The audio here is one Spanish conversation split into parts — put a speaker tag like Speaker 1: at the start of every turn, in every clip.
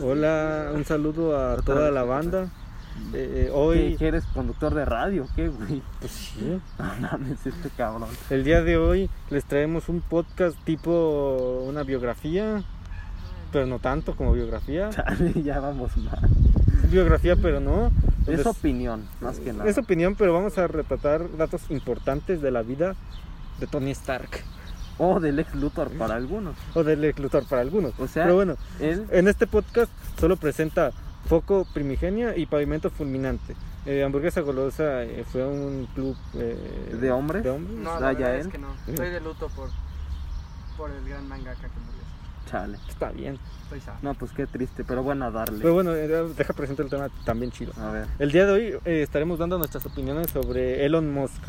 Speaker 1: Hola, un saludo a toda la banda. Eh, eh,
Speaker 2: Oye,
Speaker 1: hoy,
Speaker 2: que eres conductor de radio, ¿qué, güey?
Speaker 1: pues sí,
Speaker 2: No mames, este cabrón.
Speaker 1: el día de hoy les traemos un podcast tipo una biografía, pero no tanto como biografía.
Speaker 2: Chale, ya vamos mal.
Speaker 1: Biografía, pero no.
Speaker 2: Es
Speaker 1: Entonces,
Speaker 2: opinión, más que nada.
Speaker 1: es opinión, pero vamos a retratar datos importantes de la vida de Tony Stark
Speaker 2: O del ex Luthor para algunos.
Speaker 1: o del Lex Luthor para algunos.
Speaker 2: O sea,
Speaker 1: pero bueno,
Speaker 2: Él,
Speaker 1: En este podcast solo presenta Foco Primigenia y Pavimento Fulminante. Eh, hamburguesa Golosa eh, fue un club eh,
Speaker 2: ¿De hombres?
Speaker 3: No,
Speaker 2: Ah,
Speaker 3: la
Speaker 2: ya
Speaker 3: verdad
Speaker 2: él.
Speaker 3: es que no. Estoy de luto por, por el gran mangaka que murió.
Speaker 2: chale.
Speaker 1: Está bien.
Speaker 3: Estoy sad.
Speaker 2: No, pues qué triste, pero bueno, a darle.
Speaker 1: Pero bueno, eh, deja presentar el tema también chido.
Speaker 2: A ver.
Speaker 1: El día de hoy eh, estaremos dando nuestras opiniones sobre Elon Musk.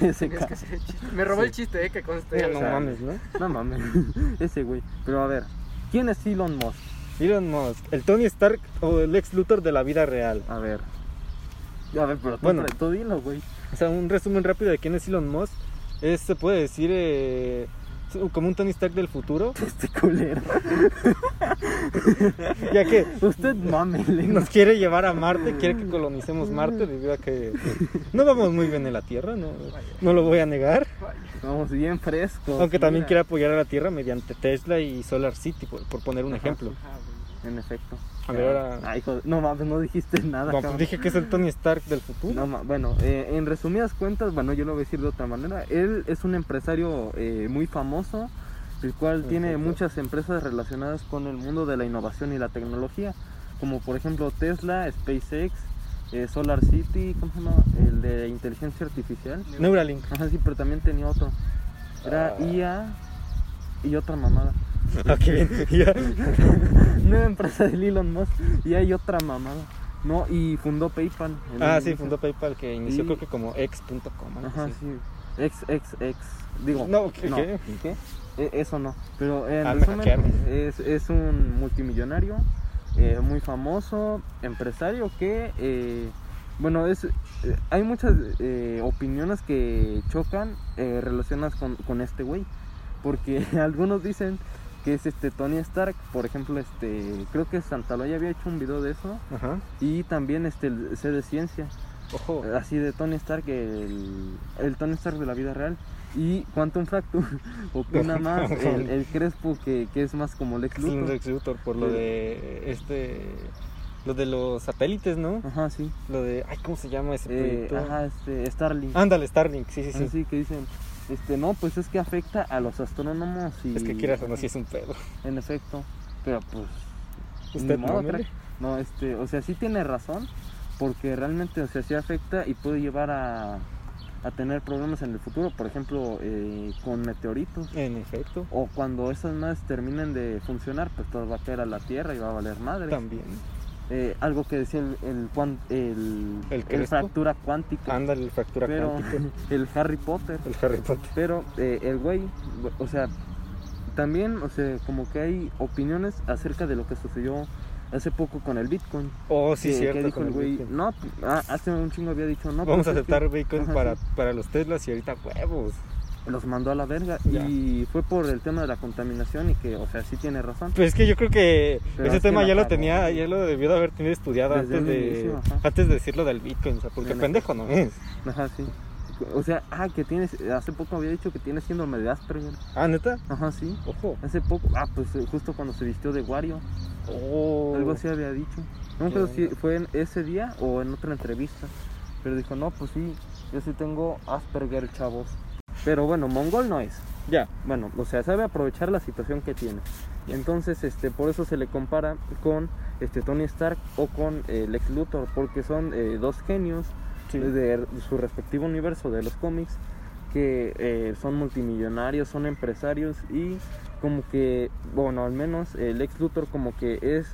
Speaker 2: Ese
Speaker 3: Tenías
Speaker 2: ca-
Speaker 3: que hacer el chiste. Me robó el chiste, eh, que conste.
Speaker 1: Eh, no
Speaker 2: o sea,
Speaker 1: mames, ¿no?
Speaker 2: No mames. Ese güey. Pero a ver, ¿quién es Elon Musk?
Speaker 1: Elon Musk, el Tony Stark o el ex Luthor de la vida real.
Speaker 2: A ver. A ver, pero tú,
Speaker 1: Bueno.
Speaker 2: pre- tú dilo, güey.
Speaker 1: O sea, un resumen rápido de quién es Elon Musk. Es, se puede decir, eh, como un Tony Stark del futuro,
Speaker 2: Este culero.
Speaker 1: ya que
Speaker 2: Usted mámele.
Speaker 1: nos quiere llevar a Marte, quiere que colonicemos Marte debido a que no vamos muy bien en la Tierra, no, no lo voy a negar.
Speaker 3: Vaya.
Speaker 2: Vamos bien frescos.
Speaker 1: Aunque también quiere
Speaker 2: Oh, mira.
Speaker 1: apoyar a la Tierra mediante Tesla y Solar City, por, por poner un
Speaker 2: Ajá.
Speaker 1: ejemplo.
Speaker 3: Ah, güey.
Speaker 2: En efecto.
Speaker 1: A ver, ahora-
Speaker 2: Ay, hijo de- No mames, no dijiste nada,
Speaker 1: Bueno, pues
Speaker 2: cabrón.
Speaker 1: dije que es el Tony Stark del futuro.
Speaker 2: No, ma- bueno, eh, en resumidas cuentas, bueno, yo lo voy a decir de otra manera. Él es un empresario eh, muy famoso, el cual tiene
Speaker 1: Exacto.
Speaker 2: muchas empresas relacionadas con el mundo de la innovación y la tecnología, como por ejemplo Tesla, SpaceX, eh, Solar City, ¿cómo se llama? El de inteligencia artificial.
Speaker 1: Neuralink.
Speaker 2: Ajá, sí, pero también tenía otro. Era
Speaker 1: Ah.
Speaker 2: IA y otra mamada.
Speaker 1: Ok, bien. ya.
Speaker 2: Nueva empresa de Elon Musk y hay otra mamada. No, y fundó PayPal. en
Speaker 1: Ah,
Speaker 2: el
Speaker 1: sí,
Speaker 2: inicio.
Speaker 1: fundó PayPal que inició
Speaker 2: Y-
Speaker 1: creo que como ex.com. algo
Speaker 2: Ajá,
Speaker 1: así.
Speaker 2: sí. Ex, ex, ex. Digo,
Speaker 1: No, ¿qué- qué?
Speaker 2: ¿Qué? E- eso no. Pero en
Speaker 1: Ah, me hackearon.
Speaker 2: resumen, es, es un multimillonario, eh, muy famoso, empresario que, eh, bueno, es eh, hay muchas eh, opiniones que chocan eh, relacionadas con, con este güey. Porque algunos dicen que es este Tony Stark, por ejemplo, este creo que Santaloya había hecho un video de eso.
Speaker 1: Ajá.
Speaker 2: Y también este, el C de Ciencia
Speaker 1: Ojo.
Speaker 2: así de Tony Stark, el, el Tony Stark de la vida real. Y Quantum Fracture opina
Speaker 1: No,
Speaker 2: más
Speaker 1: no,
Speaker 2: el,
Speaker 1: no.
Speaker 2: el Crespo que, que es más como Lex
Speaker 1: Es un
Speaker 2: Luthor.
Speaker 1: Lex Luthor por lo de este lo de los satélites, ¿no?
Speaker 2: Ajá, sí.
Speaker 1: Lo de ay, ¿cómo se llama ese
Speaker 2: Eh,
Speaker 1: proyecto?
Speaker 2: ajá, este, Starling.
Speaker 1: Ándale, Starlink. Ah, Sí, sí, sí.
Speaker 2: Así que dicen, este, no, pues es que afecta a los astrónomos y...
Speaker 1: Es que quieras o no, sí es un pedo.
Speaker 2: En efecto, pero pues... ni
Speaker 1: Usted
Speaker 2: modo,
Speaker 1: no, mire.
Speaker 2: crack. No, este, o sea, sí tiene razón, porque realmente, o sea, sí afecta y puede llevar a, a tener problemas en el futuro, por ejemplo, eh, con meteoritos.
Speaker 1: En efecto,
Speaker 2: O cuando esas madres terminen de funcionar, pues todo va a caer a la tierra y va a valer madre.
Speaker 1: también.
Speaker 2: Eh, algo que decía el, el, cuan- el,
Speaker 1: ¿El
Speaker 2: el
Speaker 1: Crespo? Ah,
Speaker 2: fractura cuántica.
Speaker 1: Ándale, el fractura
Speaker 2: pero
Speaker 1: cuántica,
Speaker 2: el Harry Potter.
Speaker 1: el Harry Potter.
Speaker 2: Pero eh, el güey, o sea, también, o sea, como que hay opiniones acerca de lo que sucedió hace poco con el Bitcoin.
Speaker 1: Oh, sí,
Speaker 2: que, que
Speaker 1: cierto.
Speaker 2: dijo
Speaker 1: con
Speaker 2: el
Speaker 1: el
Speaker 2: güey,
Speaker 1: Bitcoin.
Speaker 2: no, ah, hace un chingo había dicho, no.
Speaker 1: Vamos
Speaker 2: pues
Speaker 1: a
Speaker 2: es que-
Speaker 1: aceptar Bitcoin
Speaker 2: Ajá,
Speaker 1: para,
Speaker 2: sí.
Speaker 1: para los Teslas y ahorita huevos.
Speaker 2: Los mandó a la verga.
Speaker 1: Ya.
Speaker 2: Y fue por el tema de la contaminación y que, o sea, sí tiene razón.
Speaker 1: Pues es que yo creo que
Speaker 2: Pero
Speaker 1: ese
Speaker 2: es que
Speaker 1: tema
Speaker 2: la
Speaker 1: ya lo
Speaker 2: cagó,
Speaker 1: tenía,
Speaker 2: güey.
Speaker 1: ya lo debió de haber tenido estudiado
Speaker 2: Desde
Speaker 1: antes
Speaker 2: un
Speaker 1: de,
Speaker 2: inicio, ajá.
Speaker 1: antes de decir lo del Bitcoin, o sea, porque
Speaker 2: Bien,
Speaker 1: pendejo no es.
Speaker 2: Ajá, sí. O sea, ah, que tienes, hace poco había dicho que tiene síndrome de Asperger.
Speaker 1: Ah, neta,
Speaker 2: Ajá, sí.
Speaker 1: ojo.
Speaker 2: Hace poco, ah, pues eh, justo cuando se vistió de Wario,
Speaker 1: Oh.
Speaker 2: algo así había dicho. No me acuerdo
Speaker 1: Qué
Speaker 2: si
Speaker 1: onda.
Speaker 2: fue en ese día o en otra entrevista. Pero dijo, no, pues sí, yo sí tengo Asperger, chavos. Pero bueno, mongol no es.
Speaker 1: Ya,
Speaker 2: Bueno, o sea, sabe aprovechar la situación que tiene. Entonces, este, por eso se le compara con este Tony Stark o con eh, Lex Luthor, porque son eh, dos genios
Speaker 1: sí.
Speaker 2: de er, su respectivo universo de los cómics que eh, son multimillonarios, son empresarios y como que, bueno, al menos el ex Luthor como que es,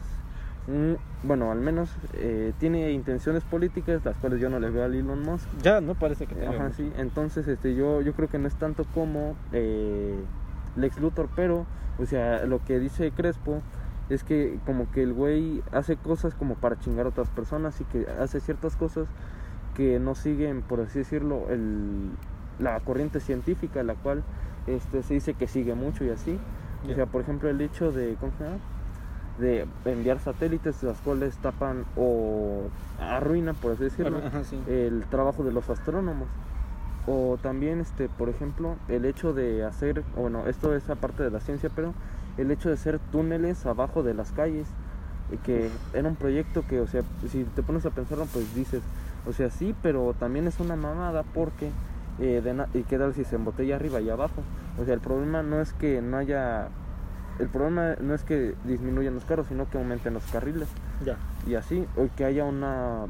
Speaker 2: un- bueno, al menos eh, tiene intenciones políticas, las cuales yo no le veo a Elon Musk.
Speaker 1: Ya, no parece que
Speaker 2: Eh,
Speaker 1: tenga.
Speaker 2: Ajá,
Speaker 1: ¿no?
Speaker 2: sí. Entonces, este, yo, yo creo que no es tanto como eh, Lex Luthor, pero, o sea, lo que dice Crespo es que como que el güey hace cosas como para chingar a otras personas y que hace ciertas cosas que no siguen, por así decirlo, el, la corriente científica, la cual este, se dice que sigue mucho y así. O
Speaker 1: Ya.
Speaker 2: sea, por ejemplo, el hecho de, ¿cómo se llama? de enviar satélites, las cuales tapan o arruinan, por así decirlo,
Speaker 1: Ajá, sí.
Speaker 2: el trabajo de los astrónomos. O también, este, por ejemplo, el hecho de hacer, bueno, esto es aparte de la ciencia, pero el hecho de hacer túneles abajo de las calles, eh, que era un proyecto que, o sea, si te pones a pensarlo, pues dices, o sea, sí, pero también es una mamada porque, eh, de na- ¿y qué tal si se embotella arriba y abajo? O sea, el problema no es que no haya, el problema no es que disminuyan los carros, sino que aumenten los carriles
Speaker 1: Ya.
Speaker 2: y así, o que haya una.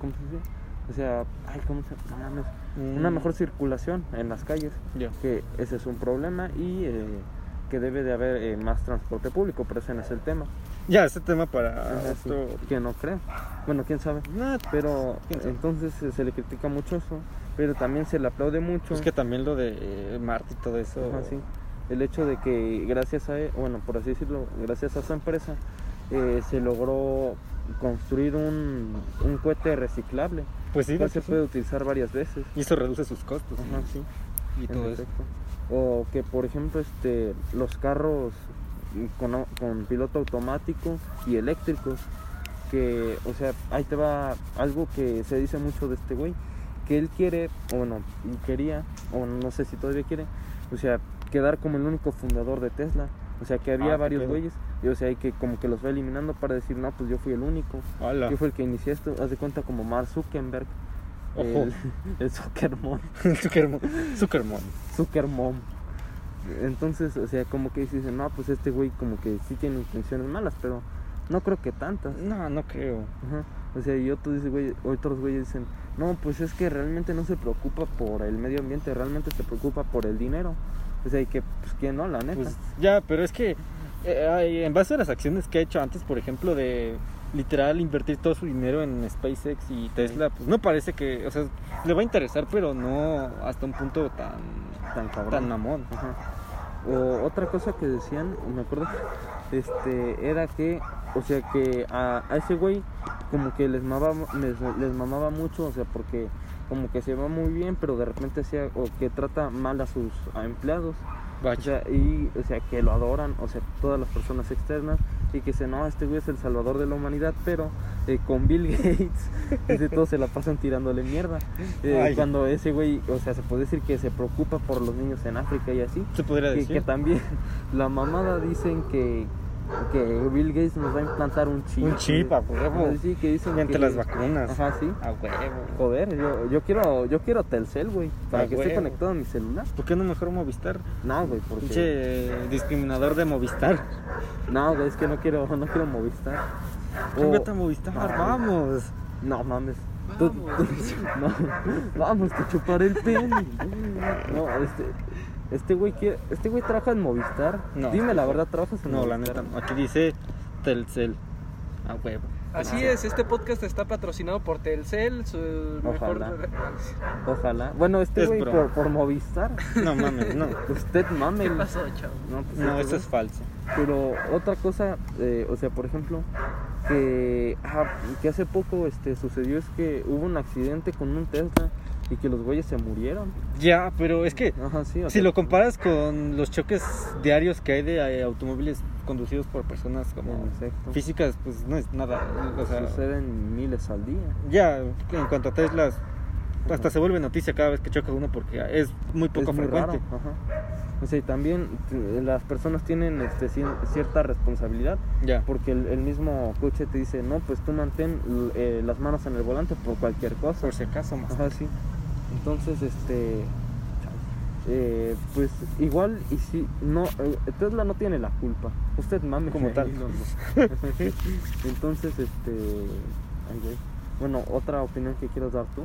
Speaker 2: ¿Cómo se dice? O sea, ay, ¿cómo se.? no mames, Una
Speaker 1: Mm,
Speaker 2: mejor circulación en las calles,
Speaker 1: Ya.
Speaker 2: que ese es un problema y eh, que debe de haber eh, más transporte público, pero ese no es el tema.
Speaker 1: Ya, este tema para
Speaker 2: Ajá, sí,
Speaker 1: esto.
Speaker 2: Que no creo. Bueno, quién sabe.
Speaker 1: Nah,
Speaker 2: Pero
Speaker 1: ¿Quién sabe?
Speaker 2: entonces eh, se le critica mucho eso, pero también se le aplaude mucho.
Speaker 1: es pues que también lo de eh, Marte y todo eso.
Speaker 2: Ajá, sí. El hecho de que gracias a, e- bueno, por así decirlo, gracias a su empresa, eh, se logró construir un, un cohete reciclable,
Speaker 1: Pues sí,
Speaker 2: el
Speaker 1: de
Speaker 2: cual
Speaker 1: hecho,
Speaker 2: se
Speaker 1: sí.
Speaker 2: puede utilizar varias veces.
Speaker 1: Y eso reduce sus costos.
Speaker 2: Ajá, sí,
Speaker 1: Y
Speaker 2: en
Speaker 1: todo eso.
Speaker 2: efecto. O que, por ejemplo, este, los carros con, au- con piloto automático y eléctricos, que, o sea, ahí te va algo que se dice mucho de este güey, que él quiere, o no, y quería, o no sé si todavía quiere, o sea, quedar como el único fundador de Tesla. O sea, que
Speaker 1: Ah,
Speaker 2: había
Speaker 1: qué
Speaker 2: varios
Speaker 1: pedo.
Speaker 2: güeyes, y o sea, y que como que los va eliminando para decir, no, pues yo fui el único,
Speaker 1: Hola.
Speaker 2: yo fui el que inicié esto, haz de cuenta como Mark Zuckerberg,
Speaker 1: Ojo.
Speaker 2: el, el Zuckerman.
Speaker 1: Zuckerman. Zuckerman.
Speaker 2: Zuckermom. Entonces, o sea, como que dicen, no, pues este güey como que sí tiene intenciones malas, pero no creo que tantas.
Speaker 1: No, no creo.
Speaker 2: Ajá. O sea, y otros, dice, güey- otros güeyes dicen, no, pues es que realmente no se preocupa por el medio ambiente, realmente se preocupa por el dinero. O sea, y que, pues que no, la neta.
Speaker 1: Pues ya, pero es que eh, ay, en base a las acciones que ha hecho antes, por ejemplo, de literal invertir todo su dinero en SpaceX y Tesla, pues no parece que, o sea, le va a interesar, pero no hasta un punto tan,
Speaker 2: tan cabrón.
Speaker 1: tan mamón.
Speaker 2: Ajá. O otra cosa que decían, me acuerdo, este, era que, o sea, que a, a ese güey como que les mamaba, les, les mamaba mucho, o sea, porque como que se va muy bien, pero de repente hacía, o que trata mal a sus a empleados, o
Speaker 1: Vaya.
Speaker 2: sea, y, o sea, que lo adoran, o sea, todas las personas externas, y que dicen, no, este güey es el salvador de la humanidad, pero eh, con Bill Gates, dice, todos se la pasan tirándole mierda, Eh,
Speaker 1: Ay.
Speaker 2: cuando ese güey, o sea, se puede decir que se preocupa por los niños en África y así,
Speaker 1: Se podría
Speaker 2: que, que
Speaker 1: decir.
Speaker 2: también la mamada dicen que, que Bill Gates nos va a implantar un chip.
Speaker 1: Un chip, a huevo.
Speaker 2: Ajá, Sí, que dicen
Speaker 1: Mediante
Speaker 2: que-
Speaker 1: las vacunas.
Speaker 2: Ajá, sí.
Speaker 1: A huevo.
Speaker 2: Joder, yo, yo quiero yo quiero Telcel, güey, para
Speaker 1: A
Speaker 2: que esté
Speaker 1: huevo.
Speaker 2: conectado a mi celular.
Speaker 1: ¿Por qué no mejor Movistar?
Speaker 2: No, güey, porque
Speaker 1: Pinche discriminador de Movistar.
Speaker 2: No, güey, es que no quiero no quiero Movistar. O-
Speaker 1: Cámbiate a Movistar,
Speaker 2: Ah.
Speaker 1: vamos.
Speaker 2: No mames. Tú-
Speaker 3: Vamos.
Speaker 2: no, vamos, te chuparé el pene. No, este este güey quiere- este güey trabaja en Movistar.
Speaker 1: No.
Speaker 2: Dime la verdad, trabajas en
Speaker 1: No, la
Speaker 2: Movistar.
Speaker 1: neta, no. aquí dice Telcel. A huevo.
Speaker 3: Así es, este podcast está patrocinado por Telcel, su mejor... Ah,
Speaker 2: Ojalá. Ojalá. Bueno, este
Speaker 1: Es
Speaker 2: güey
Speaker 1: broma.
Speaker 2: por, por Movistar.
Speaker 1: No mames, no.
Speaker 2: Usted mame.
Speaker 3: ¿Qué
Speaker 2: No,
Speaker 3: pasó, chavo?
Speaker 2: pues,
Speaker 1: No,
Speaker 2: este
Speaker 1: eso es falso.
Speaker 2: güey. Pero otra cosa, eh, o sea, por ejemplo, que, ah, que hace poco este, sucedió es que hubo un accidente con un Tesla y que los güeyes se murieron.
Speaker 1: Ya, pero es que
Speaker 2: Ajá, sí. o
Speaker 1: si
Speaker 2: sea,
Speaker 1: lo comparas con los choques diarios que hay de eh, automóviles conducidos por personas como
Speaker 2: en efecto,
Speaker 1: físicas, pues no es nada. O sea,
Speaker 2: suceden miles al día.
Speaker 1: ya, en cuanto a Teslas, hasta se vuelve noticia cada vez que choca uno porque es muy poco
Speaker 2: es muy
Speaker 1: frecuente.
Speaker 2: raro, ajá. O sea, y también t- las personas tienen este, ci- cierta responsabilidad
Speaker 1: Ya,
Speaker 2: porque el, el mismo coche te dice, no, pues tú mantén l- eh, las manos en el volante por cualquier cosa.
Speaker 1: por si acaso más.
Speaker 2: Ajá, sí. Entonces, este. eh, pues igual, y si. No, eh, Tesla no tiene la culpa. Usted mame
Speaker 1: Como tal.
Speaker 2: Elon Musk. Entonces, este. ay, güey. Bueno, otra opinión que quieras dar tú.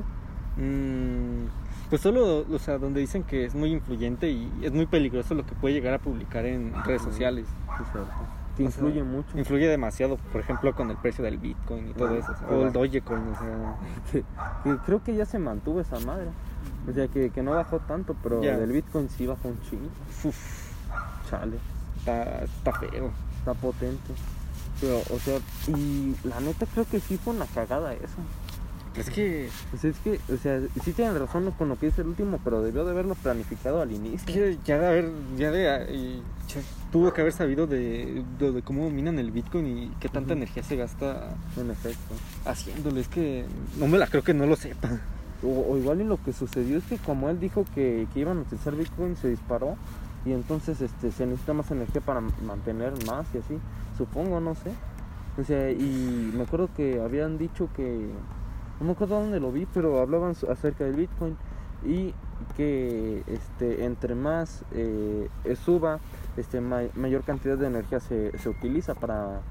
Speaker 1: Mm, pues solo, o sea, donde dicen que es muy influyente y es muy peligroso lo que puede llegar a publicar en redes
Speaker 2: Ujú.
Speaker 1: sociales.
Speaker 2: Sí, cierto. Que
Speaker 1: O
Speaker 2: influye
Speaker 1: sea,
Speaker 2: mucho. Ah,
Speaker 1: Influye demasiado, por ejemplo, con el precio del Bitcoin y todo
Speaker 2: Ajá.
Speaker 1: eso. o sea,
Speaker 2: Ajá.
Speaker 1: o el Dogecoin, o sea.
Speaker 2: que, que creo que ya se mantuvo esa madre. O sea, que, que no bajó tanto, pero
Speaker 1: Ya.
Speaker 2: del Bitcoin sí bajó un chingo.
Speaker 1: uf,
Speaker 2: Chale.
Speaker 1: está, está feo.
Speaker 2: Está potente. Pero, o sea, y la neta creo que sí fue una cagada eso.
Speaker 1: Es que
Speaker 2: Pues es que, o sea, sí tienen razón con lo que dice el último, pero debió de haberlo planificado al
Speaker 1: Es
Speaker 2: inicio.
Speaker 1: que ya de haber, ya de, y che, tuvo que haber sabido de, de- de cómo minan el Bitcoin y qué tanta
Speaker 2: Ujú.
Speaker 1: energía se gasta
Speaker 2: En efecto.
Speaker 1: haciéndolo. Es que no me la creo que no lo sepa.
Speaker 2: O, o igual y lo que sucedió es que como él dijo que, que iban a utilizar Bitcoin, se disparó. Y entonces este, se necesita más energía para m- mantener más y así. Supongo, no sé. O sea, y me acuerdo que habían dicho que... No me acuerdo dónde lo vi, pero hablaban so- acerca del Bitcoin. Y que este, entre más eh, eh, suba, este, ma- mayor cantidad de energía se, se utiliza para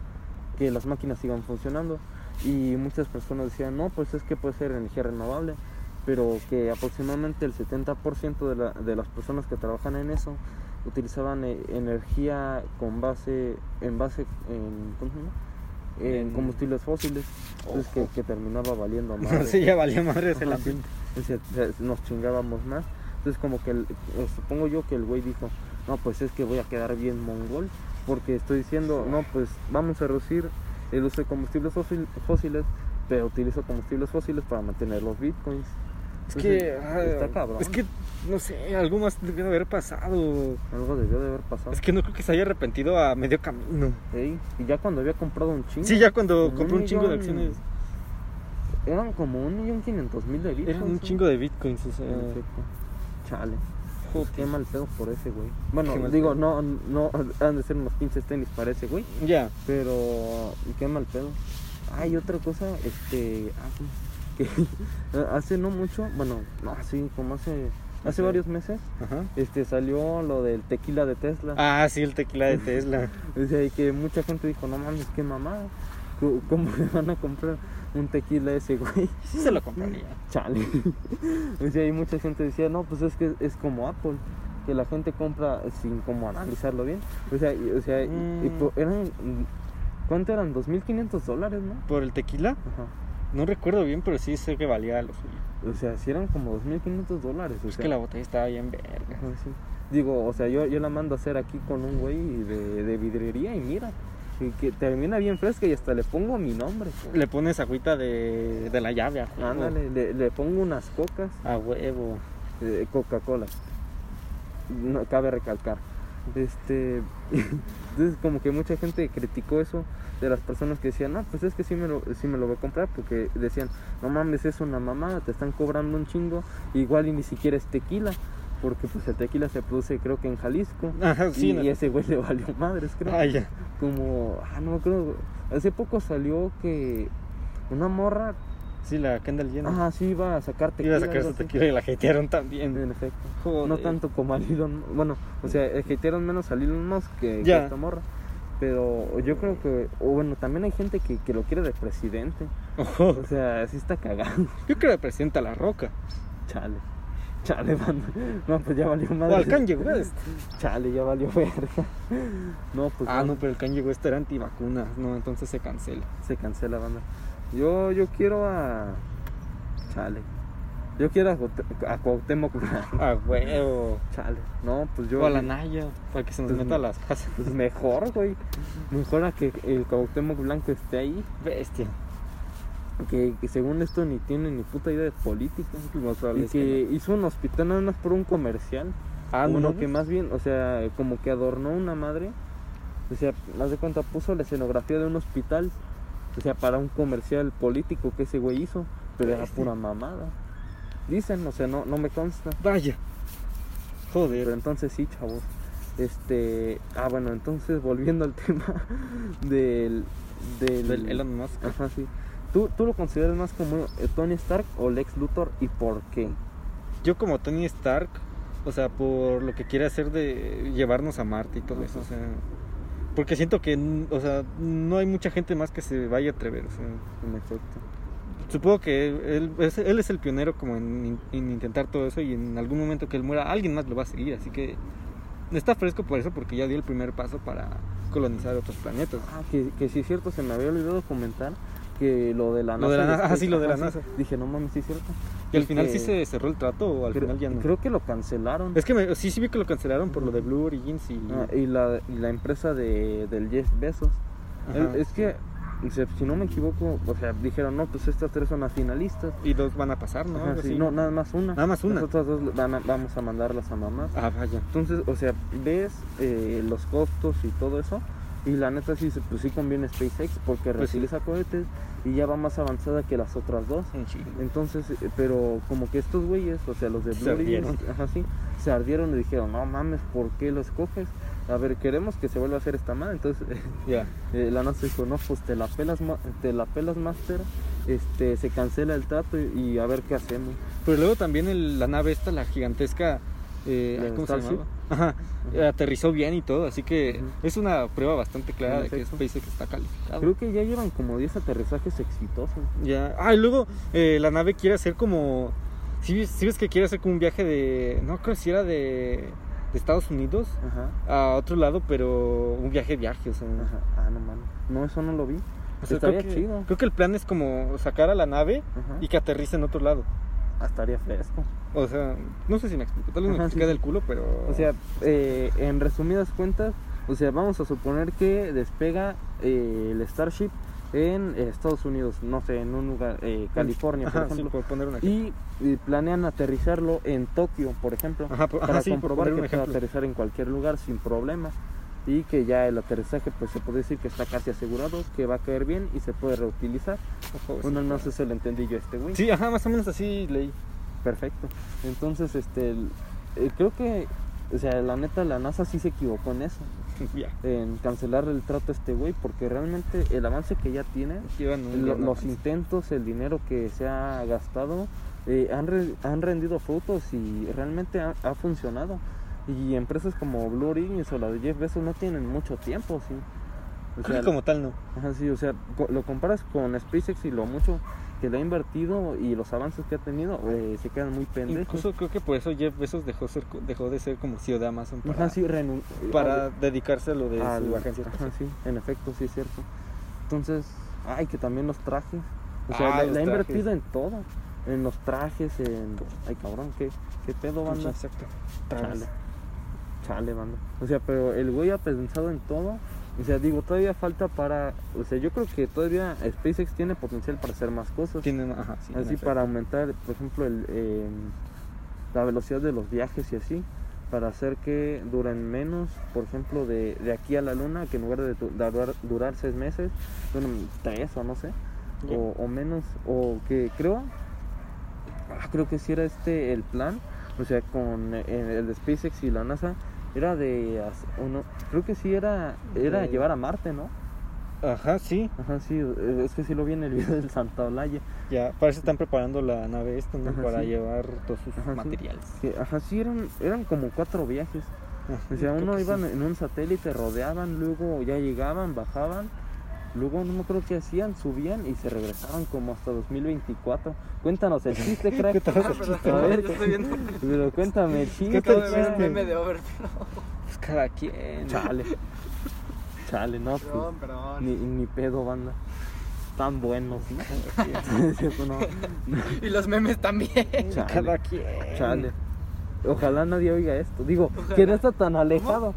Speaker 2: que las máquinas sigan funcionando. Y muchas personas decían, no, pues es que puede ser energía renovable pero que aproximadamente el 70% de, la- de las personas que trabajan en eso utilizaban eh, energía con base en base en, ¿cómo se llama? en
Speaker 1: En-
Speaker 2: combustibles fósiles entonces que, que terminaba valiendo más
Speaker 1: No sé, ya valía madre el
Speaker 2: Ajá, sí.
Speaker 1: ambiente.
Speaker 2: O sea, se- nos chingábamos más. Entonces como que, el- eh, supongo yo que el güey dijo, no, pues es que voy a quedar bien mongol, porque estoy diciendo, no, pues vamos a reducir el uso de combustibles fósil- fósiles, pero utilizo combustibles fósiles para mantener los bitcoins.
Speaker 1: Es
Speaker 2: Pues sí,
Speaker 1: que, ah,
Speaker 2: está cabrón.
Speaker 1: es que, no sé, algo más debió de haber pasado.
Speaker 2: Algo debió de haber pasado.
Speaker 1: Es que no creo que se haya arrepentido a medio camino.
Speaker 2: Ey, Y ya cuando había comprado un chingo,
Speaker 1: Sí, ya cuando
Speaker 2: Como
Speaker 1: compró
Speaker 2: un
Speaker 1: un chingo de
Speaker 2: millón.
Speaker 1: acciones,
Speaker 2: eran como un millón quinientos mil de bitcoins.
Speaker 1: eran un
Speaker 2: ¿no?
Speaker 1: chingo de bitcoins, o sea,
Speaker 2: En efecto. Chale. Pues
Speaker 1: joder.
Speaker 2: Qué mal pedo por ese güey. Bueno,
Speaker 1: Qué mal
Speaker 2: digo,
Speaker 1: pedo.
Speaker 2: no, no, han de ser unos pinches tenis para ese güey.
Speaker 1: Ya,
Speaker 2: Pero qué mal pedo. Hay otra cosa, este, ah, sí, que hace no mucho, bueno, no, sí, como hace, hace
Speaker 1: Ok.
Speaker 2: varios meses,
Speaker 1: ajá.
Speaker 2: este, salió lo del tequila de Tesla.
Speaker 1: Ah, sí, el tequila de Tesla.
Speaker 2: O sea, y que mucha gente dijo, no mames, qué mamada. ¿Cómo- ¿Cómo le van a comprar un tequila a ese güey?
Speaker 1: Sí se lo compraría.
Speaker 2: Chale. O sea, y mucha gente decía, no, pues es que es como Apple, que la gente compra sin como analizarlo bien. O sea, y- o sea, y- y
Speaker 1: Mm.
Speaker 2: po- eran, ¿cuánto eran? 2.500 dólares, ¿no?
Speaker 1: ¿Por el tequila?
Speaker 2: Ajá.
Speaker 1: No recuerdo bien, pero sí sé que valía lo suyo.
Speaker 2: O sea, si eran como 2.500 dólares. O
Speaker 1: Es
Speaker 2: sea.
Speaker 1: que la botella estaba bien verga.
Speaker 2: Ajá, sí. Digo, o sea, yo, yo la mando a hacer aquí con un güey de, de vidrería y mira, y que termina bien fresca y hasta le pongo mi nombre.
Speaker 1: Le pones agüita de, de la llave a huevo.
Speaker 2: Ándale, le, le pongo unas cocas,
Speaker 1: A huevo.
Speaker 2: eh, Coca-Cola. No, cabe recalcar. Este, entonces como que mucha gente criticó eso de las personas que decían, no, pues es que sí me lo, sí me lo voy a comprar, porque decían, no mames, es una mamada, te están cobrando un chingo, igual y ni siquiera es tequila, porque pues el tequila se produce creo que en Jalisco.
Speaker 1: Ajá, Ah, sí.
Speaker 2: y,
Speaker 1: no-
Speaker 2: y ese güey le valió madres, creo.
Speaker 1: Ay, ya.
Speaker 2: Como, ah, no creo. Hace poco salió que una morra,
Speaker 1: Sí, la Kendall llena.
Speaker 2: ah, sí, iba a sacar
Speaker 1: Iba
Speaker 2: tequila.
Speaker 1: a sacar
Speaker 2: algo
Speaker 1: su
Speaker 2: así.
Speaker 1: tequila y la jetearon también.
Speaker 2: En efecto.
Speaker 1: Joder.
Speaker 2: No tanto como a Elon Bueno, o sea, eh, hatearon menos a Elon Musk que, que
Speaker 1: Ya.
Speaker 2: esta morra. Pero yo creo que, o bueno, también hay gente que, que lo quiere de presidente.
Speaker 1: Ojo.
Speaker 2: O sea, sí está cagado.
Speaker 1: Yo creo que presenta la roca.
Speaker 2: Chale. Chale, banda. No, pues ya valió
Speaker 1: O
Speaker 2: madre.
Speaker 1: al Kanye West.
Speaker 2: Chale, ya valió verga. No, pues.
Speaker 1: Ah, no,
Speaker 2: bueno.
Speaker 1: pero el Kanye West era antivacunas. No, entonces se cancela.
Speaker 2: Se cancela, banda. Yo, yo quiero a. Chale. Yo quiero a, Cuaute- a Cuauhtémoc Blanco.
Speaker 1: A Ah, huevo.
Speaker 2: Chale. No, pues yo.
Speaker 1: O a la Naya. Para que se nos
Speaker 2: Pues
Speaker 1: meta a
Speaker 2: no.
Speaker 1: las casas.
Speaker 2: Pues mejor, güey. Mejor a que el Cuauhtémoc Blanco esté ahí.
Speaker 1: Bestia.
Speaker 2: Que, que según esto ni tiene ni puta idea de política.
Speaker 1: Más probable
Speaker 2: Y
Speaker 1: es
Speaker 2: que
Speaker 1: que
Speaker 2: hizo un hospital nada más por un comercial.
Speaker 1: no. Ah, no.
Speaker 2: uno
Speaker 1: no.
Speaker 2: que más bien, o sea, como que adornó una madre. O sea, más de cuenta puso la escenografía de un hospital. O sea, para un comercial político que ese güey hizo. Pero era pura mamada. Dicen, o sea, no, no me consta.
Speaker 1: Vaya. Joder.
Speaker 2: Pero entonces sí, chavos. Este. Ah, bueno, entonces volviendo al tema del. Del.
Speaker 1: Del Elon Musk.
Speaker 2: Ajá, sí. ¿Tú, ¿Tú lo consideras más como eh, Tony Stark o Lex Luthor y por qué?
Speaker 1: Yo como Tony Stark, o sea, por lo que quiere hacer de llevarnos a Marte y todo eso, o
Speaker 2: Ajá.
Speaker 1: sea, porque siento que, n- o sea, no hay mucha gente más que se vaya a atrever, o sea,
Speaker 2: En efecto.
Speaker 1: supongo que él, es- él es el pionero como en, en intentar todo eso y en algún momento que él muera, alguien más lo va a seguir, así que está fresco por eso, porque ya dio el primer paso para colonizar otros planetas.
Speaker 2: Ah, que, que sí es cierto, se me había olvidado comentar que lo de la NASA.
Speaker 1: Lo de la NASA,
Speaker 2: después-
Speaker 1: ah, sí, lo de la
Speaker 2: ajá, sí.
Speaker 1: NASA.
Speaker 2: Dije, no mames, sí es cierto.
Speaker 1: Y al
Speaker 2: Y
Speaker 1: final
Speaker 2: que-
Speaker 1: sí se cerró el trato o al
Speaker 2: creo,
Speaker 1: final ya no.
Speaker 2: creo que lo cancelaron.
Speaker 1: Es que me- sí, sí vi que lo cancelaron por lo de Blue Origins y...
Speaker 2: Ah, y, la, y la empresa de, del Jeff Bezos.
Speaker 1: Ajá.
Speaker 2: El- es que Y se- si no me equivoco, o sea, dijeron, no, pues estas tres son las finalistas.
Speaker 1: Y dos van a pasar, ¿no?
Speaker 2: Ajá,
Speaker 1: Algo
Speaker 2: sí,
Speaker 1: así.
Speaker 2: no, nada más una.
Speaker 1: Nada más una.
Speaker 2: Las otras dos van a- vamos a mandarlas a mamá.
Speaker 1: Ah, vaya.
Speaker 2: Entonces, o sea, ves eh, los costos y todo eso. Y la neta sí, se- pues sí conviene SpaceX porque
Speaker 1: Pues sí.
Speaker 2: reutiliza cohetes y ya va más avanzada que las otras dos.
Speaker 1: Un chingo.
Speaker 2: Entonces, eh, pero como que estos güeyes, o sea, los de
Speaker 1: Se
Speaker 2: Blue Origin,
Speaker 1: ardieron.
Speaker 2: ajá, sí, se ardieron y dijeron, no mames, ¿por qué los coges? A ver, queremos que se vuelva a hacer esta madre. Entonces,
Speaker 1: Ya.
Speaker 2: eh, la NASA dijo, no, pues te la pelas, ma- te la pelas Master, este, se cancela el trato y, y a ver qué hacemos.
Speaker 1: Pero luego también el- la nave esta, la gigantesca, eh,
Speaker 2: ¿La
Speaker 1: ay, ¿cómo se
Speaker 2: Starship?
Speaker 1: llamaba? Ajá,
Speaker 2: Ajá.
Speaker 1: aterrizó bien y todo, así que
Speaker 2: Ujú.
Speaker 1: es una prueba bastante clara
Speaker 2: En
Speaker 1: de que
Speaker 2: efecto.
Speaker 1: SpaceX está calificado.
Speaker 2: Creo que ya llevan como 10 aterrizajes exitosos.
Speaker 1: Ya. Ah, y luego eh, la nave quiere hacer como... Si ves, sí ves que quiere hacer como un viaje de... No creo si era de, de Estados Unidos
Speaker 2: Ajá.
Speaker 1: a otro lado, pero un viaje viaje, o sea...
Speaker 2: Ajá. Ah, no mames. No, eso no lo vi.
Speaker 1: o sea,
Speaker 2: estaría
Speaker 1: creo que,
Speaker 2: chido.
Speaker 1: creo que el plan es como sacar a la nave
Speaker 2: Ajá.
Speaker 1: y que aterrice en otro lado.
Speaker 2: Ah, estaría fresco.
Speaker 1: O sea, no sé si me explico, tal vez me
Speaker 2: Ajá, sí,
Speaker 1: expliqué
Speaker 2: sí.
Speaker 1: del culo, pero...
Speaker 2: O sea, eh, en resumidas cuentas, o sea, vamos a suponer que despega eh, el Starship en eh, Estados Unidos, no sé, en un lugar, eh, California,
Speaker 1: Ajá,
Speaker 2: por
Speaker 1: sí,
Speaker 2: ejemplo.
Speaker 1: por poner un ejemplo.
Speaker 2: y, y planean aterrizarlo en Tokio, Ah, por ejemplo,
Speaker 1: Ajá, por- ajá,
Speaker 2: para
Speaker 1: sí, por
Speaker 2: comprobar
Speaker 1: poner un
Speaker 2: que puede
Speaker 1: ejemplo.
Speaker 2: aterrizar en cualquier lugar sin problema y que ya el aterrizaje pues se puede decir que está casi asegurado, que va a caer bien y se puede reutilizar.
Speaker 1: Ojo, sí.
Speaker 2: Uno no sé si lo entendí yo a este güey.
Speaker 1: pues, Sí, ajá, más o menos así leí.
Speaker 2: Perfecto. Entonces, este, el- eh, creo que, o sea, la neta, la NASA sí se equivocó en eso,
Speaker 1: ya.
Speaker 2: en cancelar el trato a este güey, porque realmente el avance que ya tiene,
Speaker 1: Llevan un
Speaker 2: lo-
Speaker 1: gran
Speaker 2: los
Speaker 1: avance.
Speaker 2: intentos, el dinero que se ha gastado, eh, han, re- han rendido frutos y realmente ha, ha funcionado. Y empresas como Blue Origin o la de Jeff Bezos no tienen mucho tiempo, sí. O
Speaker 1: Creo
Speaker 2: sea,
Speaker 1: que como tal no.
Speaker 2: Ajá, sí, o sea, co- lo comparas con SpaceX y lo mucho que le ha invertido y los avances que ha tenido, eh, se quedan muy pendejos.
Speaker 1: Incluso creo que por eso Jeff Bezos dejó, ser, dejó de ser como CEO de Amazon para,
Speaker 2: Ajá, sí, renun-
Speaker 1: para
Speaker 2: al-
Speaker 1: dedicarse a lo de
Speaker 2: al-
Speaker 1: su agencia.
Speaker 2: ajá, sí, en efecto, sí es cierto. Entonces, ay, que también los trajes. O sea,
Speaker 1: Ah,
Speaker 2: la-
Speaker 1: los
Speaker 2: la ha
Speaker 1: trajes.
Speaker 2: invertido en todo. En los trajes, en. Ay, cabrón, qué, qué pedo,
Speaker 1: Ajá,
Speaker 2: banda.
Speaker 1: Exacto.
Speaker 2: Chale. Chale, banda. O sea, pero el güey ha pensado en todo. O sea, digo, todavía falta para. O sea, yo creo que todavía SpaceX tiene potencial para hacer más cosas.
Speaker 1: Tienen, ajá, sí, en
Speaker 2: así
Speaker 1: efecto.
Speaker 2: para aumentar, por ejemplo, el, eh, la velocidad de los viajes y así, para hacer que duren menos, por ejemplo, de, de aquí a la luna, que en lugar de, tu- de durar, durar seis meses, duran tres o no sé,
Speaker 1: Ya.
Speaker 2: o, o menos, o que creo, ah, creo que si era este el plan, o sea, con eh, el de SpaceX y la NASA, era de, hace- o no, creo que sí era, era
Speaker 1: De-
Speaker 2: llevar a Marte, ¿no?
Speaker 1: Ajá, sí.
Speaker 2: Ajá, sí, eh, es que sí lo vi en el video del Santa Olaya.
Speaker 1: Ya, parece están preparando la nave esta, ¿no?
Speaker 2: Ajá,
Speaker 1: para
Speaker 2: sí.
Speaker 1: llevar todos sus
Speaker 2: Ajá, sí.
Speaker 1: materiales.
Speaker 2: Que, ajá, sí, eran, eran como cuatro viajes.
Speaker 1: Ajá,
Speaker 2: O sea,
Speaker 1: creo
Speaker 2: uno
Speaker 1: que
Speaker 2: iban
Speaker 1: sí.
Speaker 2: en un satélite, rodeaban, luego ya llegaban, bajaban. Luego no me acuerdo qué hacían, subían y se regresaban como hasta 2024. Cuéntanos el chiste, crack.
Speaker 1: Cuéntanos el
Speaker 3: Ah, Perdón,
Speaker 2: A ver,
Speaker 3: yo estoy viendo.
Speaker 2: pero cuéntame el ¿eh? chiste.
Speaker 3: Acabo de ver
Speaker 2: crack.
Speaker 3: un meme de Overflow.
Speaker 1: Pues cada quien.
Speaker 2: Chale. Chale, no, pues,
Speaker 3: Perdón, perdón.
Speaker 2: ni, ni pedo, banda. Tan buenos, ¿no? Es cierto, no.
Speaker 3: Y los memes también.
Speaker 2: Chale.
Speaker 1: Cada quien.
Speaker 2: Chale. Ojalá nadie oiga esto. Digo,
Speaker 3: Ojalá.
Speaker 2: que no está tan alejado.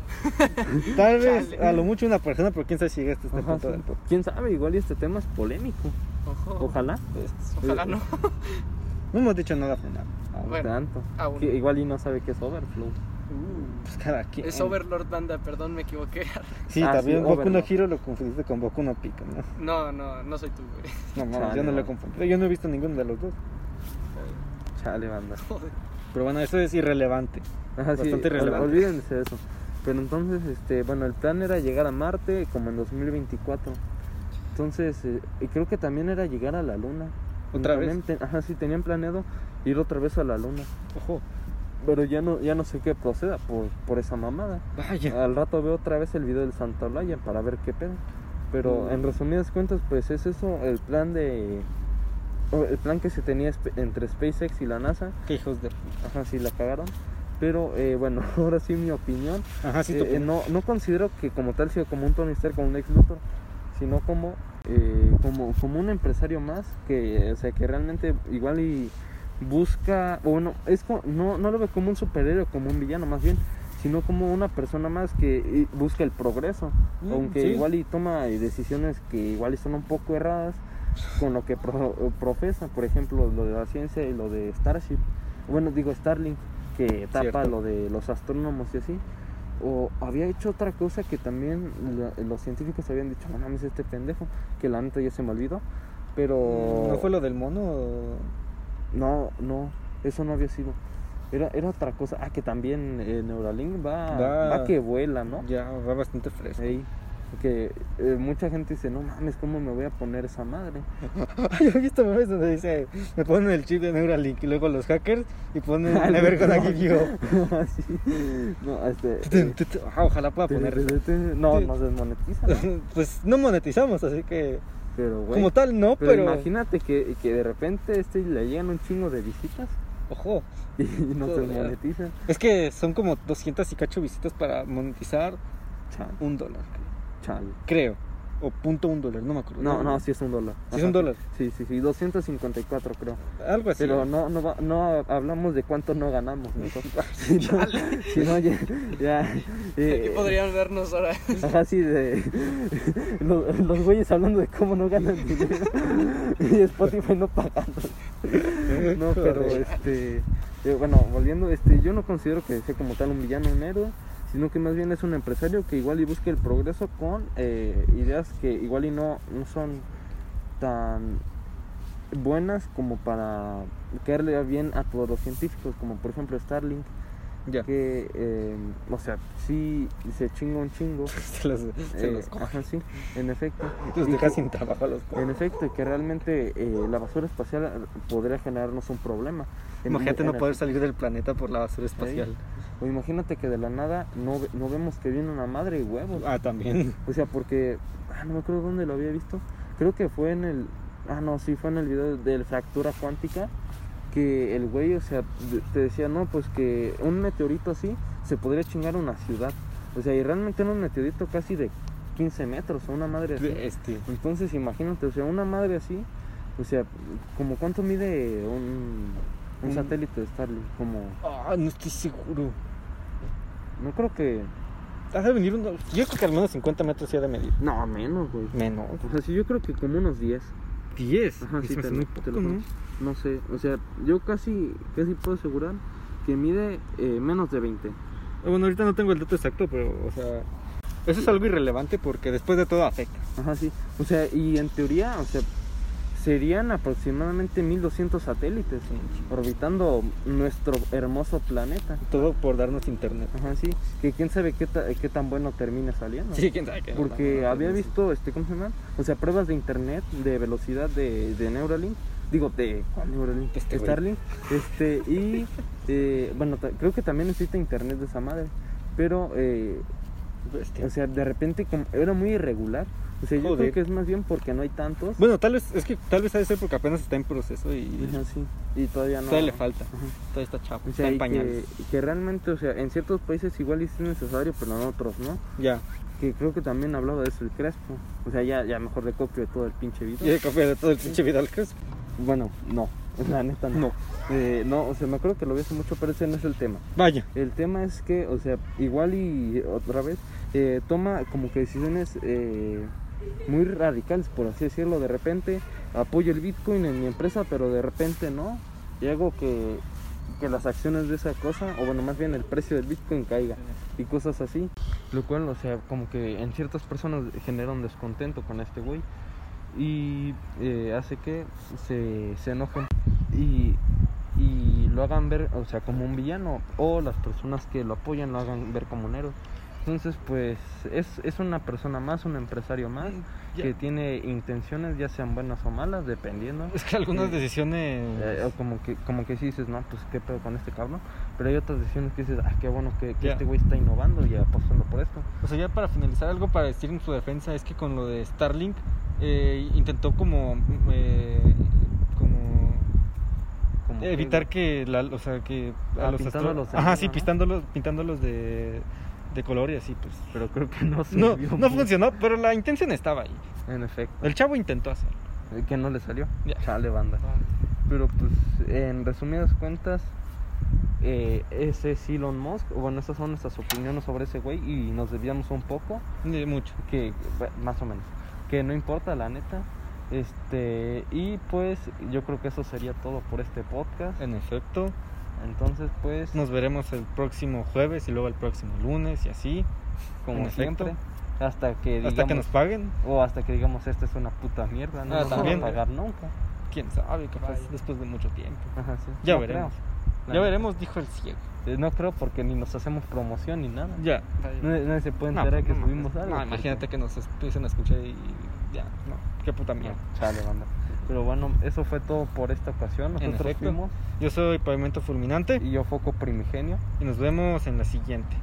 Speaker 1: Tal vez
Speaker 3: Chale.
Speaker 1: a lo mucho una persona, pero quién sabe si llegaste a este
Speaker 2: Ajá,
Speaker 1: punto
Speaker 2: sí.
Speaker 1: del podcast.
Speaker 2: Quién sabe, igual y este tema es polémico.
Speaker 3: Ojo.
Speaker 2: Ojalá. Este,
Speaker 3: Ojalá no.
Speaker 1: No hemos dicho nada por nada.
Speaker 2: Aún
Speaker 3: Bueno,
Speaker 2: tanto.
Speaker 3: aún.
Speaker 2: Que igual y no sabe qué es Overflow. Uh,
Speaker 1: Pues cada quien.
Speaker 3: Es Overlord Banda, perdón, me equivoqué.
Speaker 1: Sí,
Speaker 2: Ah,
Speaker 1: también
Speaker 2: sí,
Speaker 1: Boku no
Speaker 2: Overlord.
Speaker 1: Hero lo confundiste con Boku no Pico, ¿no?
Speaker 3: No, no, no soy tú, güey.
Speaker 1: No, mames,
Speaker 2: Chale,
Speaker 1: yo no lo
Speaker 2: Ah, no.
Speaker 1: he confundido. Yo no he visto ninguno de los dos.
Speaker 2: Chale, banda.
Speaker 3: Joder.
Speaker 1: Pero bueno, eso es irrelevante.
Speaker 2: Ajá, sí,
Speaker 1: Bastante
Speaker 2: ol-
Speaker 1: relevante.
Speaker 2: Olvídense de eso. Pero entonces, este, bueno, el plan era llegar a Marte como en 2024. Entonces, eh, y creo que también era llegar a la Luna.
Speaker 1: ¿Otra
Speaker 2: También te- ajá, sí, tenían planeado ir otra vez a la Luna.
Speaker 1: Ojo,
Speaker 2: Pero ya no, ya no sé qué proceda por, por esa mamada.
Speaker 1: vaya.
Speaker 2: Al rato veo otra vez el video del Santa Olaya para ver qué pedo. Pero
Speaker 1: Mm.
Speaker 2: en resumidas cuentas, pues es eso, el plan de... o El plan que se tenía espe- entre SpaceX y la NASA.
Speaker 1: Qué hijos de.
Speaker 2: Ajá, sí, la cagaron. Pero eh, bueno, ahora sí mi opinión.
Speaker 1: Ajá, sí,
Speaker 2: Eh,
Speaker 1: tú.
Speaker 2: eh, no, no considero que como tal sea como un Tony Stark o un ex Luthor, sino como, eh, como, como un empresario más que, o sea, que realmente igual y busca, o no, es co- no, no lo veo como un superhéroe, como un villano más bien, sino como una persona más que eh, busca el progreso,
Speaker 1: Mm,
Speaker 2: aunque
Speaker 1: sí.
Speaker 2: igual y toma eh, decisiones que igual y son un poco erradas con lo que pro- profesa, por ejemplo, lo de la ciencia y lo de Starship, bueno, digo Starlink, que tapa
Speaker 1: Cierto.
Speaker 2: lo de los astrónomos y así. O había hecho otra cosa que también la- los científicos habían dicho, no mames, este pendejo, que la neta ya se me olvidó. Pero.
Speaker 1: Mm, ¿No fue lo del mono?
Speaker 2: No, no, eso no había sido. Era, era otra cosa. Ah, que también eh, Neuralink va,
Speaker 1: Va-
Speaker 2: va. que vuela, ¿no?
Speaker 1: Ya va bastante fresco.
Speaker 2: Ey, que eh, mucha gente dice, no mames, ¿cómo me voy a poner esa madre?
Speaker 1: Yo he visto memes donde dice, me ponen el chip de Neuralink y luego los hackers y ponen
Speaker 2: Ah,
Speaker 1: Never Gonna
Speaker 2: no.
Speaker 1: Give You Up.
Speaker 2: Sí. No, este.
Speaker 1: Tutun,
Speaker 2: eh,
Speaker 1: tutun. Ah, ojalá pueda poner. eso.
Speaker 2: No, nos desmonetizan. ¿no?
Speaker 1: Pues no monetizamos, así que
Speaker 2: Pero, güey.
Speaker 1: como tal no,
Speaker 2: Pero,
Speaker 1: pero,
Speaker 2: imagínate que, que de repente este le llegan un chingo de visitas
Speaker 1: ojo,
Speaker 2: y no se
Speaker 1: Joder.
Speaker 2: monetizan.
Speaker 1: es que son como 200 y cacho visitas para monetizar
Speaker 2: Chal,
Speaker 1: un dólar,
Speaker 2: chal.
Speaker 1: creo, o punto un dólar, no me acuerdo.
Speaker 2: No, no, sí es un dólar.
Speaker 1: Sí es un
Speaker 2: Ajá.
Speaker 1: dólar.
Speaker 2: Sí, sí, sí, 254 creo.
Speaker 1: algo así.
Speaker 2: Pero no, no, va- no hablamos de cuánto no ganamos nosotros. si no, si no, ya. ya, eh,
Speaker 3: Aquí podrían vernos ahora.
Speaker 2: Ajá, sí, de. Los, los güeyes hablando de cómo no ganan dinero. y Spotify no pagando. No, pero este. eh, bueno, volviendo, este, yo no considero que sea como tal un villano, un héroe, sino que más bien es un empresario que igual y busca el progreso con eh, ideas que igual y no, no son tan buenas como para caerle bien a todos los científicos, como por ejemplo Starlink,
Speaker 1: ya.
Speaker 2: que, eh, o sea, sí se chinga un chingo.
Speaker 1: Se los, se
Speaker 2: Eh,
Speaker 1: los coge.
Speaker 2: ajá, sí, en efecto.
Speaker 1: Los
Speaker 2: Y
Speaker 1: deja
Speaker 2: que-
Speaker 1: sin trabajo a los
Speaker 2: En
Speaker 1: cojones.
Speaker 2: efecto, y que realmente eh, la basura espacial eh, podría generarnos un problema. En-
Speaker 1: Imagínate
Speaker 2: en
Speaker 1: no
Speaker 2: el-
Speaker 1: poder salir del planeta por la basura espacial.
Speaker 2: O imagínate que de la nada no, ve- no vemos que viene una madre y huevos.
Speaker 1: Ah, también.
Speaker 2: O sea, porque. Ah, no me acuerdo dónde lo había visto. Creo que fue en el. Ah, no, sí, fue en el video del Fractura Cuántica. Que el güey, o sea, de- te decía, no, pues que un meteorito así se podría chingar una ciudad. O sea, y realmente era un meteorito casi de 15 metros o una madre así.
Speaker 1: Este,
Speaker 2: Entonces imagínate, o sea, una madre así, o sea, como cuánto mide un, un
Speaker 1: Un-
Speaker 2: satélite de Starlink, como,
Speaker 1: ah, no estoy seguro.
Speaker 2: no creo que,
Speaker 1: Ha de venir uno- Yo creo que al menos 50 metros sí ha de medir.
Speaker 2: no, menos, güey.
Speaker 1: Menos.
Speaker 2: O sea, sí, yo creo que como unos 10.
Speaker 1: 10.
Speaker 2: Ajá, sí, te,
Speaker 1: hace
Speaker 2: lo-
Speaker 1: muy
Speaker 2: te
Speaker 1: poco,
Speaker 2: lo
Speaker 1: ¿no?
Speaker 2: juro. No sé, o sea, yo casi, casi puedo asegurar que mide eh, menos de 20.
Speaker 1: Eh, Bueno, ahorita no tengo el dato exacto, pero, o sea. Eso es algo irrelevante porque después de todo afecta.
Speaker 2: Ajá, sí. O sea, y en teoría, o sea, serían aproximadamente 1200 satélites orbitando nuestro hermoso planeta.
Speaker 1: Todo por darnos internet.
Speaker 2: Ajá, sí. Que quién sabe qué, ta- qué tan bueno termina saliendo.
Speaker 1: Sí, quién sabe qué onda,
Speaker 2: Porque
Speaker 1: ¿no?
Speaker 2: había visto, este, ¿cómo se llama? O sea, pruebas de internet de velocidad de, de Neuralink. Digo, de ¿cuál Neuralink?
Speaker 1: Este güey.
Speaker 2: Starlink. Este, y eh, bueno, ta- creo que también existe internet de esa madre. Pero, eh,
Speaker 1: Bestia.
Speaker 2: o sea, de repente como- era muy irregular. O sea, yo
Speaker 1: Joder.
Speaker 2: creo que es más bien porque no hay tantos.
Speaker 1: Bueno, tal vez, es que tal vez ha de ser porque apenas está en proceso y.
Speaker 2: Ajá, sí. Y todavía no.
Speaker 1: Todavía le falta.
Speaker 2: Ajá.
Speaker 1: Todavía está chapo.
Speaker 2: O
Speaker 1: está
Speaker 2: sea,
Speaker 1: en
Speaker 2: y que,
Speaker 1: pañales.
Speaker 2: que realmente, o sea, en ciertos países igual es necesario, pero en otros, ¿no?
Speaker 1: Ya.
Speaker 2: Que creo que también hablaba de eso el Crespo. O sea, ya, ya mejor le copio de todo el pinche video.
Speaker 1: Y he copiado todo el pinche Vidal Crespo.
Speaker 2: Bueno, no, la neta no.
Speaker 1: No.
Speaker 2: Eh, no, o sea, me acuerdo que lo vi hace mucho, pero ese no es el tema.
Speaker 1: Vaya.
Speaker 2: El tema es que, o sea, igual y otra vez, eh, toma como que decisiones eh, muy radicales, por así decirlo. De repente apoyo el Bitcoin en mi empresa, pero de repente no. Y hago que, que las acciones de esa cosa, o bueno, más bien el precio del Bitcoin caiga y cosas así. Lo cual, o sea, como que en ciertas personas genera un descontento con este güey y eh, hace que se, se enojen y, y lo hagan ver, o sea, como un villano o las personas que lo apoyan lo hagan ver como un héroe. Entonces, pues es, es una persona más, un empresario más que tiene intenciones, ya sean buenas o malas, dependiendo.
Speaker 1: Es que algunas decisiones.
Speaker 2: Eh, o como que como que sí dices, no, pues qué pedo con este cabrón. Pero hay otras decisiones que dices, ah, qué bueno que, que
Speaker 1: Ya.
Speaker 2: este güey está innovando y apostando por esto.
Speaker 1: O sea, ya para finalizar, algo para decir en su defensa es que con lo de Starlink eh, intentó como, eh, como
Speaker 2: Como que-
Speaker 1: evitar que, la, o sea, que
Speaker 2: Ah, pintándolos de
Speaker 1: Ajá,
Speaker 2: negro,
Speaker 1: sí,
Speaker 2: ¿no?
Speaker 1: pintándolos, pintándolos de, de color y así, pues.
Speaker 2: Pero creo que no
Speaker 1: No,
Speaker 2: sirvió
Speaker 1: no
Speaker 2: mucho.
Speaker 1: funcionó, pero la intención estaba ahí.
Speaker 2: En efecto.
Speaker 1: El chavo intentó hacerlo.
Speaker 2: Eh, Que no le salió.
Speaker 1: Ya.
Speaker 2: Chale, banda. Pero pues, en resumidas cuentas, eh, ese es Elon Musk. Bueno, esas son nuestras opiniones sobre ese güey y nos desviamos un poco,
Speaker 1: Ni mucho.
Speaker 2: que bueno, más o menos, que no importa la neta. Este, y pues yo creo que eso sería todo por este podcast.
Speaker 1: En efecto,
Speaker 2: Entonces, pues
Speaker 1: nos veremos el próximo jueves y luego el próximo lunes y así.
Speaker 2: como
Speaker 1: en efecto.
Speaker 2: siempre, hasta que digamos
Speaker 1: Hasta que nos paguen.
Speaker 2: o hasta que digamos esto es una puta mierda, no
Speaker 1: Ah,
Speaker 2: nos van
Speaker 1: también.
Speaker 2: a pagar nunca.
Speaker 1: Quién sabe, capaz
Speaker 3: Vaya.
Speaker 1: después de mucho tiempo.
Speaker 2: Ajá, sí.
Speaker 1: Ya
Speaker 2: No
Speaker 1: veremos.
Speaker 2: creo,
Speaker 1: Ya
Speaker 2: la neta.
Speaker 1: veremos, dijo el ciego.
Speaker 2: Eh, No creo porque ni nos hacemos promoción ni nada.
Speaker 1: Ya.
Speaker 2: No- Nadie se puede
Speaker 1: No,
Speaker 2: enterar
Speaker 1: pues,
Speaker 2: que
Speaker 1: no mames.
Speaker 2: subimos algo.
Speaker 1: No,
Speaker 2: porque-
Speaker 1: imagínate que nos empiecen a escuchar y ya, no, qué puta mierda.
Speaker 2: Chale, banda. Pero bueno, eso fue todo por esta ocasión.
Speaker 1: En
Speaker 2: Nosotros
Speaker 1: efecto.
Speaker 2: fuimos
Speaker 1: Yo soy Pavimento Fulminante
Speaker 2: y yo foco primigenio.
Speaker 1: y nos vemos en la siguiente.